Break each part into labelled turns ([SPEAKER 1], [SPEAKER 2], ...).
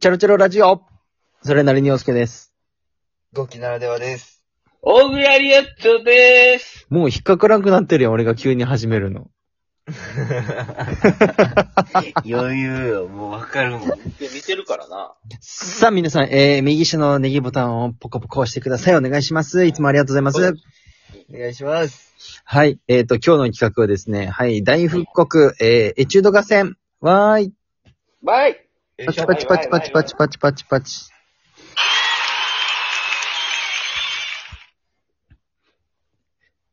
[SPEAKER 1] チャロチャロラジオそれなりにおすけです。
[SPEAKER 2] ゴキならではです。
[SPEAKER 3] オグラリエットでーす。
[SPEAKER 1] もう引っかからなくなってるよ、俺が急に始めるの。
[SPEAKER 2] 余裕よ、もうわかるもん。
[SPEAKER 3] 似てるからな。
[SPEAKER 1] さあ皆さん、えー、右下のネギボタンをポコポコ押してください。お願いします。いつもありがとうございます。
[SPEAKER 2] お願いします。
[SPEAKER 1] はい。えっ、と、今日の企画はですね、はい、大復刻、えー、エチュード合戦。わーい。
[SPEAKER 3] バイ
[SPEAKER 1] パチパチパチパチパチパチパチパチ。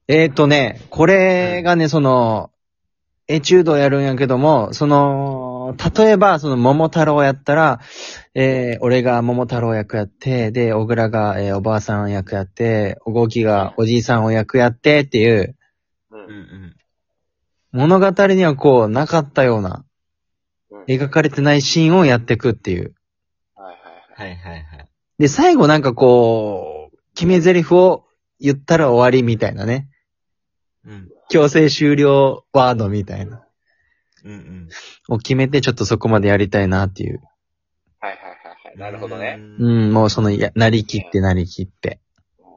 [SPEAKER 1] えっ、とね、これがね、その、エチュードをやるんやけども、その、例えば、その、桃太郎やったら、えー、俺が桃太郎役やって、で、小倉が、えーおばあさん役やって、おごきがおじいさんを役やってっていう、
[SPEAKER 3] う
[SPEAKER 2] うん
[SPEAKER 3] ん。
[SPEAKER 2] うん。
[SPEAKER 1] 物語にはこう、なかったような、
[SPEAKER 3] うん
[SPEAKER 1] 描かれてないシーンをやってくっていう。
[SPEAKER 3] はいはい
[SPEAKER 2] はいはいはい。
[SPEAKER 1] で、最後なんかこう、決め台詞を言ったら終わりみたいなね。
[SPEAKER 2] うん。
[SPEAKER 1] 強制終了ワードみたいな。
[SPEAKER 2] うんうん。
[SPEAKER 1] を決めてちょっとそこまでやりたいなっていう。
[SPEAKER 3] はい。はいはいはいはい。なるほどね。
[SPEAKER 1] う、
[SPEAKER 2] うん
[SPEAKER 1] もうその、や、なりきってなりきって。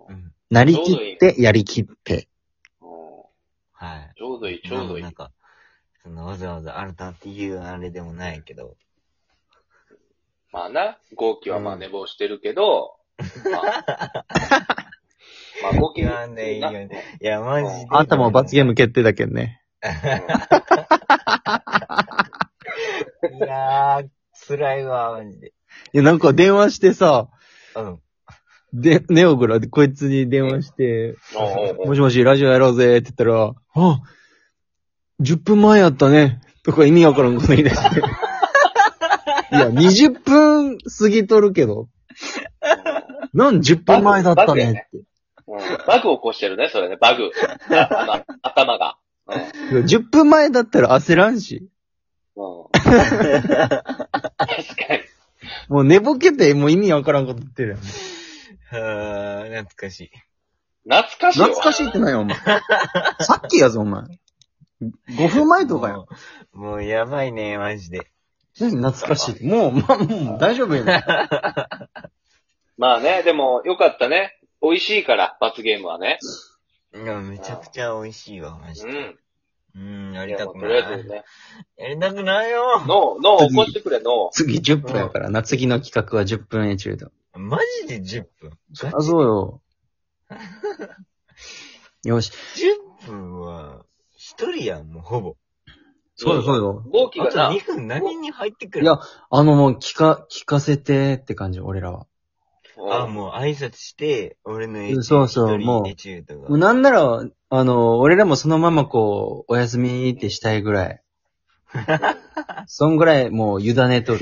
[SPEAKER 3] うん
[SPEAKER 2] ん。
[SPEAKER 1] なりきって、やりきって。
[SPEAKER 3] も
[SPEAKER 2] は
[SPEAKER 3] うちょうどいい、
[SPEAKER 2] い。
[SPEAKER 3] ちょうどいい
[SPEAKER 2] なん。か、そのわざわざあなたっていうあれでもないけど。
[SPEAKER 3] まあな、号機はまあ寝坊してるけど、まあ、まあ号機
[SPEAKER 2] 言わねいいよね。いや、マジで。
[SPEAKER 1] あんたも罰ゲーム決定だけどね。
[SPEAKER 2] いやー、辛いわ、マジで。
[SPEAKER 1] いや、なんか電話してさ、
[SPEAKER 2] うん。
[SPEAKER 1] で、ネオグラ、こいつに電話して、も
[SPEAKER 3] も
[SPEAKER 1] しもし、ラジオやろうぜって言ったら、あ、10分前やったね。とか意味わからんこと言い出 して。いや、20分過ぎとるけど。なん10分前だったねって。
[SPEAKER 3] バグを起こしてるね、それね、バグ。あ頭が。うん
[SPEAKER 1] いや10分前だったら焦らんし。
[SPEAKER 3] うん確かに。
[SPEAKER 1] もう寝ぼけて、もう意味わからんこと言ってるやん。
[SPEAKER 2] はー、懐かしい。
[SPEAKER 3] 懐かしいわ。
[SPEAKER 1] 懐かしいってないよ、お前。さっきやぞ、お前。5分前とかよ。
[SPEAKER 2] もう。もうやばいね、マジで。
[SPEAKER 1] 何懐かしいって。もう、まあ、もう大丈夫よ。
[SPEAKER 3] まあね、でも、よかったね。美味しいから、罰ゲームはね。
[SPEAKER 2] いや、めちゃくちゃ美味しいわ、マジ
[SPEAKER 3] う
[SPEAKER 2] で。
[SPEAKER 3] ん。
[SPEAKER 2] うん、や
[SPEAKER 3] い
[SPEAKER 2] り
[SPEAKER 3] や
[SPEAKER 2] た
[SPEAKER 3] も
[SPEAKER 2] く
[SPEAKER 3] う
[SPEAKER 2] な
[SPEAKER 3] と
[SPEAKER 2] い。
[SPEAKER 3] りあえずね。
[SPEAKER 2] やりたくないよ。
[SPEAKER 3] 脳、脳起こしてくれ、脳。
[SPEAKER 1] 次10分やからな。次の企画は10分エチュード。
[SPEAKER 2] マジで10分。
[SPEAKER 1] あ、そう よ。よし。
[SPEAKER 2] 10分は、一人やん、もうほぼ。
[SPEAKER 1] そうよ、そうよ。
[SPEAKER 3] 号機
[SPEAKER 2] あ
[SPEAKER 3] が
[SPEAKER 2] と
[SPEAKER 3] な
[SPEAKER 2] 2、分何に入ってくる
[SPEAKER 1] いや、あのもう聞か、聞かせてって感じ、俺らは。
[SPEAKER 2] あ、
[SPEAKER 3] うん
[SPEAKER 2] もう挨拶して、俺のエチュード。
[SPEAKER 1] そうそう
[SPEAKER 2] 一人
[SPEAKER 1] もう
[SPEAKER 2] エチュード
[SPEAKER 1] もう
[SPEAKER 2] が。
[SPEAKER 1] なんなら、あの、俺らもそのままこう、お休みってしたいぐら い。そんぐらいもう委ねとる。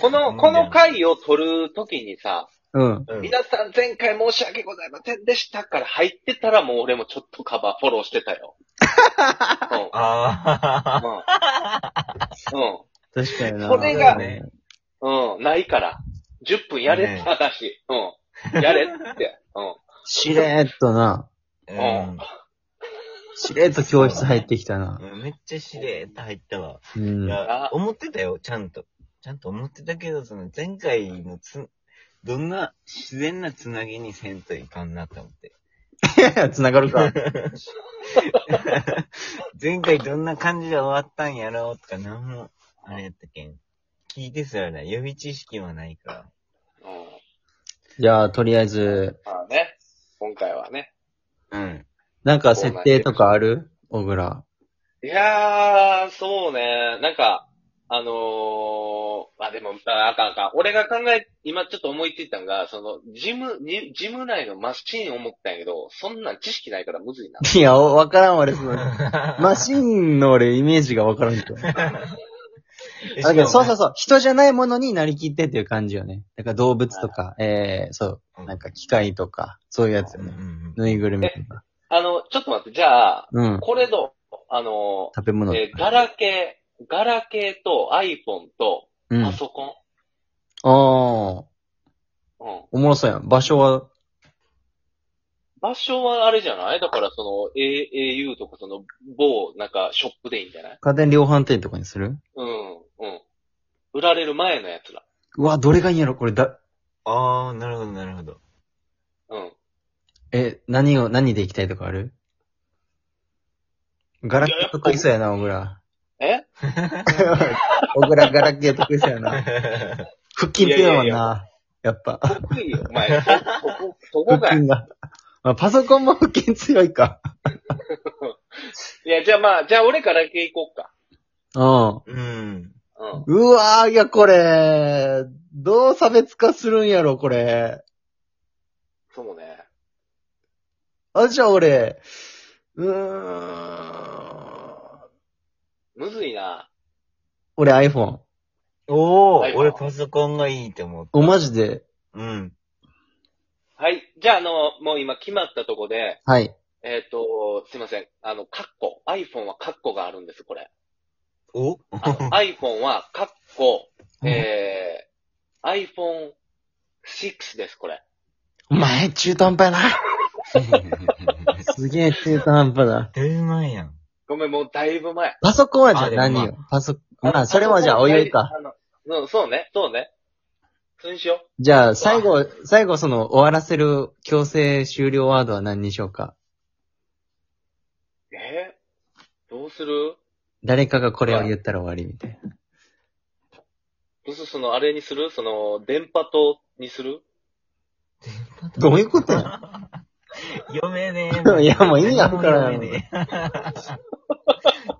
[SPEAKER 3] この、この回を取るときにさ、
[SPEAKER 1] うん。
[SPEAKER 2] うん
[SPEAKER 3] 皆さん前回申し訳ございませんでしたから入ってたらもう俺もちょっとカバーフォローしてた よ。うん
[SPEAKER 2] あ
[SPEAKER 3] う
[SPEAKER 1] 確かにな。
[SPEAKER 3] それが
[SPEAKER 1] ね
[SPEAKER 3] ん。うん。ないから。10分やれって話。うん。やれって。うん。
[SPEAKER 1] しれーっとな、
[SPEAKER 2] あ。
[SPEAKER 3] ん
[SPEAKER 1] しれーっと教室入ってきたな。
[SPEAKER 2] うん。めっちゃしれーっと入ったわ。
[SPEAKER 1] うん
[SPEAKER 2] い。や
[SPEAKER 3] あ、
[SPEAKER 2] 思ってたよ、ちゃんと。ちゃんと思ってたけど、その前回のつ、どんな自然なつなぎにせんといかんなと思って。
[SPEAKER 1] 繋がるか。
[SPEAKER 2] 前回どんな感じで終わったんやろうとか、なんも、あれやったけん。聞いてすらない。予備知識はないから。
[SPEAKER 3] うん。
[SPEAKER 1] じゃあ、とりあえず、
[SPEAKER 3] まあね。今回はね。
[SPEAKER 2] うん。
[SPEAKER 1] なんか設定とかある小倉。
[SPEAKER 3] いやー、そうね。なんか、あのー、あ、でも、ああかんあかん。俺が考え、今ちょっと思いついたのが、その、ジム、にジム内のマシン思ったんやけど、そんなん知識ないからむずいな。
[SPEAKER 1] いや、わからん、俺、その、マ
[SPEAKER 2] マ
[SPEAKER 1] シンの俺、イメージがわからん けど。
[SPEAKER 2] え
[SPEAKER 1] だけど、そうそううそう。人じゃないものになりきってっていう感じよね。だから動物とか、えー、そう。なんか機械とか、そういうやつよ
[SPEAKER 2] んう
[SPEAKER 1] ね。
[SPEAKER 2] んうん。
[SPEAKER 1] ぬいぐるみとか。
[SPEAKER 3] あの、ちょっと待って、じゃあ、
[SPEAKER 1] うん。
[SPEAKER 3] これどうあの
[SPEAKER 1] 食べ
[SPEAKER 3] ー、
[SPEAKER 1] 物
[SPEAKER 3] え
[SPEAKER 1] と
[SPEAKER 3] ー
[SPEAKER 1] か。
[SPEAKER 3] ガラケー、ガラケーと iPhone と
[SPEAKER 1] うん。
[SPEAKER 3] パ
[SPEAKER 1] あ
[SPEAKER 3] ソコ
[SPEAKER 1] あー、お
[SPEAKER 3] ン。うん。
[SPEAKER 1] もろそうやん。場所は、
[SPEAKER 3] 場所はあれじゃないだからその、A、au とかその、某、なんか、ショップでいいんじゃない
[SPEAKER 1] 家電量販店とかにする
[SPEAKER 3] うん、うん。売られる前のやつら。
[SPEAKER 1] うわ、どれがいいんやろこれだ、
[SPEAKER 2] あー、なるほど、なるほ ど。
[SPEAKER 3] うん。
[SPEAKER 1] え、何を、何で行きたいとかあるガラケー得意そうやな、小倉。
[SPEAKER 3] え
[SPEAKER 1] 小倉ガラケー得意そう やな。腹筋強いもん
[SPEAKER 3] いやいやい
[SPEAKER 1] な。やっぱ。
[SPEAKER 3] 得意よ、お前。そこ、そこ
[SPEAKER 1] 腹
[SPEAKER 3] が。い
[SPEAKER 1] 筋が。 まあ、パソコンも腹筋強いか。
[SPEAKER 3] や、じゃあまあ、じゃあ俺から行こうか。
[SPEAKER 1] うん。
[SPEAKER 2] うん。
[SPEAKER 3] うん。
[SPEAKER 1] うわー、いや、これ、どう差別化するんやろ、これ。
[SPEAKER 3] そうね。
[SPEAKER 1] あ、じゃあ俺、うーん。
[SPEAKER 3] むずいな。
[SPEAKER 1] 俺 iPhone。
[SPEAKER 2] お
[SPEAKER 3] はい
[SPEAKER 2] ー、俺パソコンがいいって思った。
[SPEAKER 1] お、マジで。
[SPEAKER 2] うん。
[SPEAKER 3] はい。じゃあ、あの、もう今決まったとこで、
[SPEAKER 1] はい。
[SPEAKER 3] えっ、と、すいません。あの、カッコ。iPhone はカッコがあるんです、これ。
[SPEAKER 2] お
[SPEAKER 3] あの iPhone は、カッコ、えー、iPhone6 です、これ。
[SPEAKER 1] お前、中途半端やな。すげえ中途半端だ。
[SPEAKER 2] だいぶ前やん。
[SPEAKER 3] ごめん、もうだいぶ前。
[SPEAKER 1] パソコンはじゃあ
[SPEAKER 2] あでもまあ
[SPEAKER 1] 何よ。パソコン。まあ、それはじゃあおいおいか。
[SPEAKER 3] あの。うん、そうね、そうね。それにしよ
[SPEAKER 1] じゃあ、最後、最後その、終わらせる強制終了ワードは何にしようか。
[SPEAKER 3] う。えー、どうする
[SPEAKER 1] 誰かがこれを言ったら終わりみたいな。
[SPEAKER 3] どうするその、あれにするその、電波塔にする
[SPEAKER 1] どういうことや
[SPEAKER 2] 読めね
[SPEAKER 1] い
[SPEAKER 2] え。
[SPEAKER 1] やもう意味わからん
[SPEAKER 2] 何も読めね え。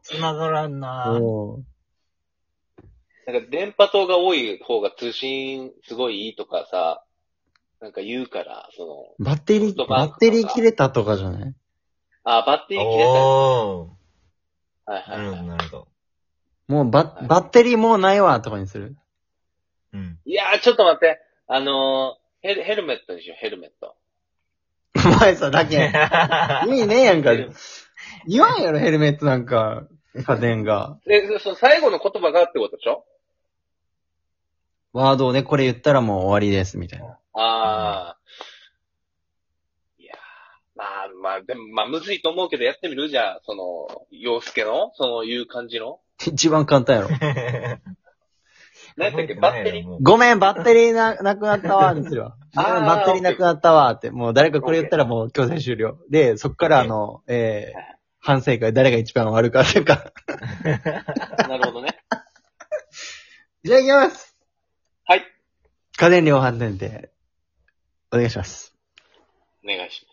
[SPEAKER 2] 繋がらんな
[SPEAKER 1] お
[SPEAKER 3] なんか、電波塔が多い方が通信すごいいいとかさ、なんか言うから、その、
[SPEAKER 1] ーバッテリー、バッテリー切れたとかじゃない
[SPEAKER 3] あ、バッテリー切れたや
[SPEAKER 2] お
[SPEAKER 3] つ。はい
[SPEAKER 2] ー。な
[SPEAKER 3] はい
[SPEAKER 2] る
[SPEAKER 3] は
[SPEAKER 2] ほど、
[SPEAKER 3] い。
[SPEAKER 2] なるほど。
[SPEAKER 1] もうバッ、バッテリーもうないわとかにする。
[SPEAKER 2] うん。
[SPEAKER 3] いやー、ちょっと待って。あのー、ヘルヘルメットにしよう、ヘルメット。
[SPEAKER 1] お前さ、だけ。 意味ねえやんか
[SPEAKER 3] ヘ。ル
[SPEAKER 1] 言わんやろ、ヘルメットなんか、家電が。
[SPEAKER 3] え、そその最後の言葉がってことでしょ
[SPEAKER 1] ワードをね、これ言ったらもう終わりです、みたいな。
[SPEAKER 3] ああ。いやーまあまあ、でもまあ、むずいと思うけどやってみるじゃあ、その、洋介のその、いう感じの
[SPEAKER 1] 一番簡単やろ。
[SPEAKER 3] 何やったっけバッテリー
[SPEAKER 2] ー
[SPEAKER 1] ごめん、バッテリーな、なくなったわ、にする わ。ご
[SPEAKER 3] あー
[SPEAKER 1] めんバッテリーなくなったわ、って。もう誰かこれ言ったらもう強制終了。で、そっからあの、えー、反省会、誰が一番悪かっていうか。
[SPEAKER 3] なるほどね。
[SPEAKER 1] じゃあ行きます
[SPEAKER 3] はい。
[SPEAKER 1] 家電量販店で、お願いします。
[SPEAKER 3] お願いしま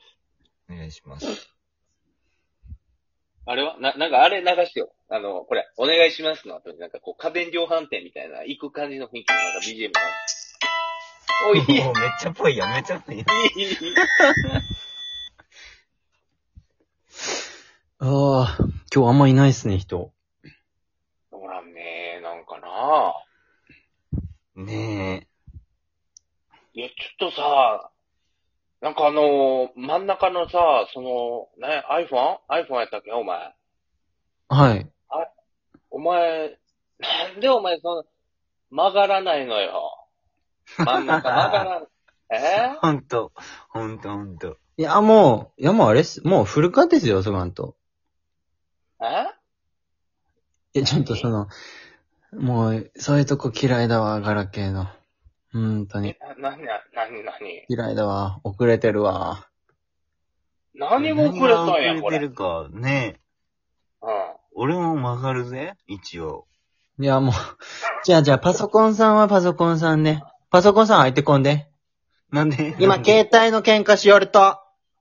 [SPEAKER 3] す。
[SPEAKER 2] お願いします。
[SPEAKER 3] あれはな、なんかあれ流してよ。あの、これ、お願いしますの後になんかこう、家電量販店みたいな、行く感じの雰囲気のなんか BGM が。お、いい、い
[SPEAKER 2] もうめっちゃぽいやん、めっちゃぽいやん。
[SPEAKER 3] い、いい、いい。
[SPEAKER 1] ああ、今日あんまいないっすね、人。
[SPEAKER 3] おらんねー、なんかな
[SPEAKER 2] ね
[SPEAKER 3] いや、ちょっとさ、なんかあのー真ん中のさ、その、ね、iPhone?iPhone やったっけお前。
[SPEAKER 1] はい。
[SPEAKER 3] お前、なんでお前、その、曲がらないのよ。真ん中曲がらん。
[SPEAKER 2] え。
[SPEAKER 3] え
[SPEAKER 2] ほんと、ほんとほんと。
[SPEAKER 1] いや、もう、いや、もうあれっす。もうフルカですよ、そがんと。
[SPEAKER 3] え
[SPEAKER 1] いや、ちょっとその、もう、そういうとこ嫌いだわ、ガラケーの。ほんとに。
[SPEAKER 3] な、なに、なに、なに
[SPEAKER 1] 嫌いだわ。遅れてるわ。
[SPEAKER 3] 何も遅れたんや、
[SPEAKER 2] 何が
[SPEAKER 3] こ
[SPEAKER 2] 遅
[SPEAKER 3] れ。
[SPEAKER 2] れて
[SPEAKER 3] うん。
[SPEAKER 2] るか、ねえ。俺も曲がるぜ、一応。
[SPEAKER 1] いや、もう、 じゃあじゃあ、パソコンさんはパソコンさんね。パソコンさん相手こんで。
[SPEAKER 2] なんで
[SPEAKER 1] 今、
[SPEAKER 2] なんで
[SPEAKER 1] 携帯の喧嘩しよると。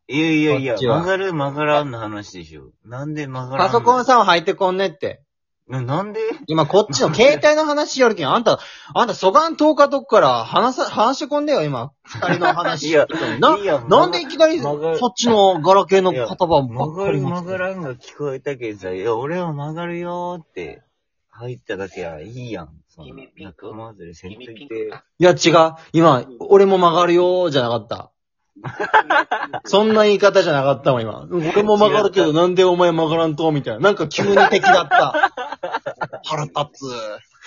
[SPEAKER 2] いやいやいや、
[SPEAKER 1] こっちは
[SPEAKER 2] 曲がる曲がらんの話でしょ。なんで曲がらん
[SPEAKER 1] パ
[SPEAKER 2] の
[SPEAKER 1] ソコンさんは相手こんねって。
[SPEAKER 2] ななんで
[SPEAKER 1] 今、こっちの携帯の話しよるけん。あんた、あんた、そがん10日とっから話さ、話してこんでよ、今。二人の話。
[SPEAKER 2] いや
[SPEAKER 1] な、
[SPEAKER 2] いいや
[SPEAKER 1] なんでいきなり、
[SPEAKER 2] 曲がる
[SPEAKER 1] そっちのガラケーの言葉ば
[SPEAKER 2] 曲
[SPEAKER 1] っ
[SPEAKER 2] が
[SPEAKER 1] かり
[SPEAKER 2] る
[SPEAKER 1] 持って
[SPEAKER 2] 曲がらんが聞こえたけどさ、いや、俺は曲がるよーって入っただけや、いいやん。そんな
[SPEAKER 3] 君ピンク
[SPEAKER 2] 仲間外れせんと
[SPEAKER 3] 君ピ
[SPEAKER 2] い
[SPEAKER 3] ンク
[SPEAKER 2] て。
[SPEAKER 1] いや、違う。今、俺も曲がるよーじゃなかった。そんな言い方じゃなかったもん、今。俺も曲がるけど、なんでお前曲がらんとみたいな。なんか急に敵だった。 腹立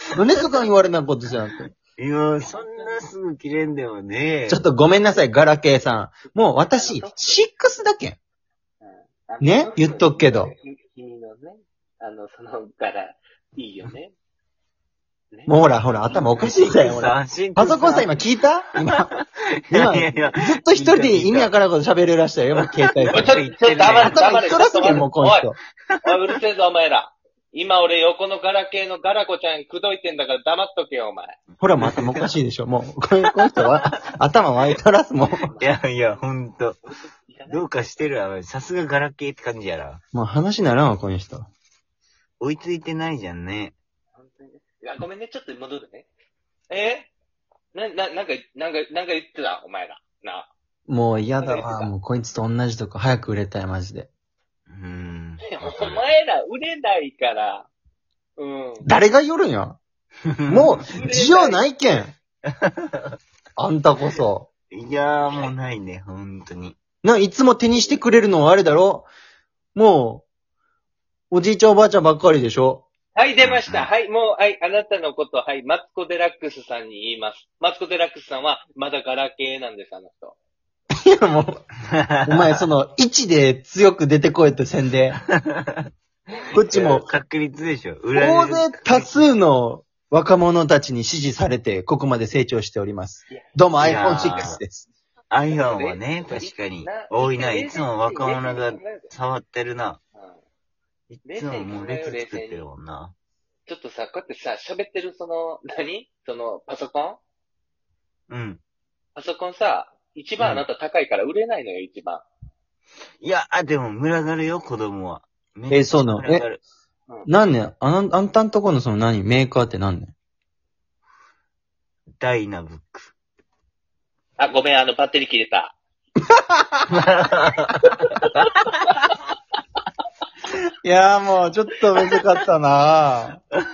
[SPEAKER 1] つ。なんでそこに言われなことじゃんって。
[SPEAKER 2] いや、そんなすぐ切れんでもね
[SPEAKER 1] ちょっとごめんなさい、ガラケーさん。もう私、6だけん。
[SPEAKER 3] うん
[SPEAKER 1] ね言っとくけど。
[SPEAKER 3] 君のね、あの、その柄、いいよね。
[SPEAKER 1] もうほら、ほら、頭おかしいんだよ、ほら。
[SPEAKER 2] 安心
[SPEAKER 1] パソコンさん今聞いた今、
[SPEAKER 2] 今、いやいやいや、
[SPEAKER 1] ずっと一人で意味わからんこと喋れらしたよ、今携帯
[SPEAKER 3] ちょっ
[SPEAKER 1] で
[SPEAKER 3] と、ちょっと黙れ、
[SPEAKER 1] 頭
[SPEAKER 3] 黙
[SPEAKER 1] 一
[SPEAKER 3] れ。
[SPEAKER 1] 人すけん、もうこの人。
[SPEAKER 3] おい、うるせえぞ、お前ら。今俺横のガラケーのガラコちゃん口説いてんだから黙っとけよ、お前。
[SPEAKER 1] ほら、もう頭おかしいでしょ、もう。このこの人は、頭湧いたらす、もう。
[SPEAKER 2] いやいや、ほんと。どうかしてるわ。さすがガラケーって感じやら。
[SPEAKER 1] もう話ならんわ、この人。
[SPEAKER 2] 追いついてないじゃんね。
[SPEAKER 3] 本当にねいや、ごめんね、ちょっと戻るね。えな、な、なんか、なんか、なんか言ってた、お前ら。な。
[SPEAKER 1] もう嫌だわ、もうこいつと同じとこ早く売れたい、マジで。
[SPEAKER 2] うーん。
[SPEAKER 3] お前ら売れないから。うん。
[SPEAKER 1] 誰が夜やん。もう、需要ないけん。あんたこそ。
[SPEAKER 2] いやーもうないね、ほんとに。
[SPEAKER 1] な、いつも手にしてくれるのはあれだろもう、おじいちゃんおばあちゃんばっかりでしょ
[SPEAKER 3] はい、出まし
[SPEAKER 2] うん
[SPEAKER 3] た。はい、もう、はい、あなたのこと、はい、マツコデラックスさんに言います。マツコデラックスさんは、まだガラケーなんです、あの人。
[SPEAKER 1] いや、もう、 お前その、位置で強く出てこいって宣伝。こっちも、
[SPEAKER 2] 確率でしょ。売
[SPEAKER 1] 大
[SPEAKER 2] られ
[SPEAKER 1] 勢
[SPEAKER 2] る
[SPEAKER 1] 多数の若者たちに支持されて、ここまで成長しております
[SPEAKER 3] いや。
[SPEAKER 1] どうも
[SPEAKER 2] いやー
[SPEAKER 1] iPhone6 です。
[SPEAKER 2] iPhone はね、確かに。多いな。いつも若者が
[SPEAKER 3] うん
[SPEAKER 2] 触ってるな。いつももう列作ってるもんな。
[SPEAKER 3] ちょっとさ、こうやってさ、喋ってるその、何その、パソコン
[SPEAKER 2] うん。
[SPEAKER 3] パソコンさ、一番あなた高いから売れないのよ、一番。
[SPEAKER 2] いや、あ、でも群がるよ、子供は。
[SPEAKER 1] えそうなの
[SPEAKER 2] 群がる
[SPEAKER 1] 何年あん、あんたんとこのその何メーカーって何年
[SPEAKER 2] ダイナブック。
[SPEAKER 3] あ、ごめん、あの、バッテリー切れた。
[SPEAKER 1] いやーもう、ちょっと難かったなぁ。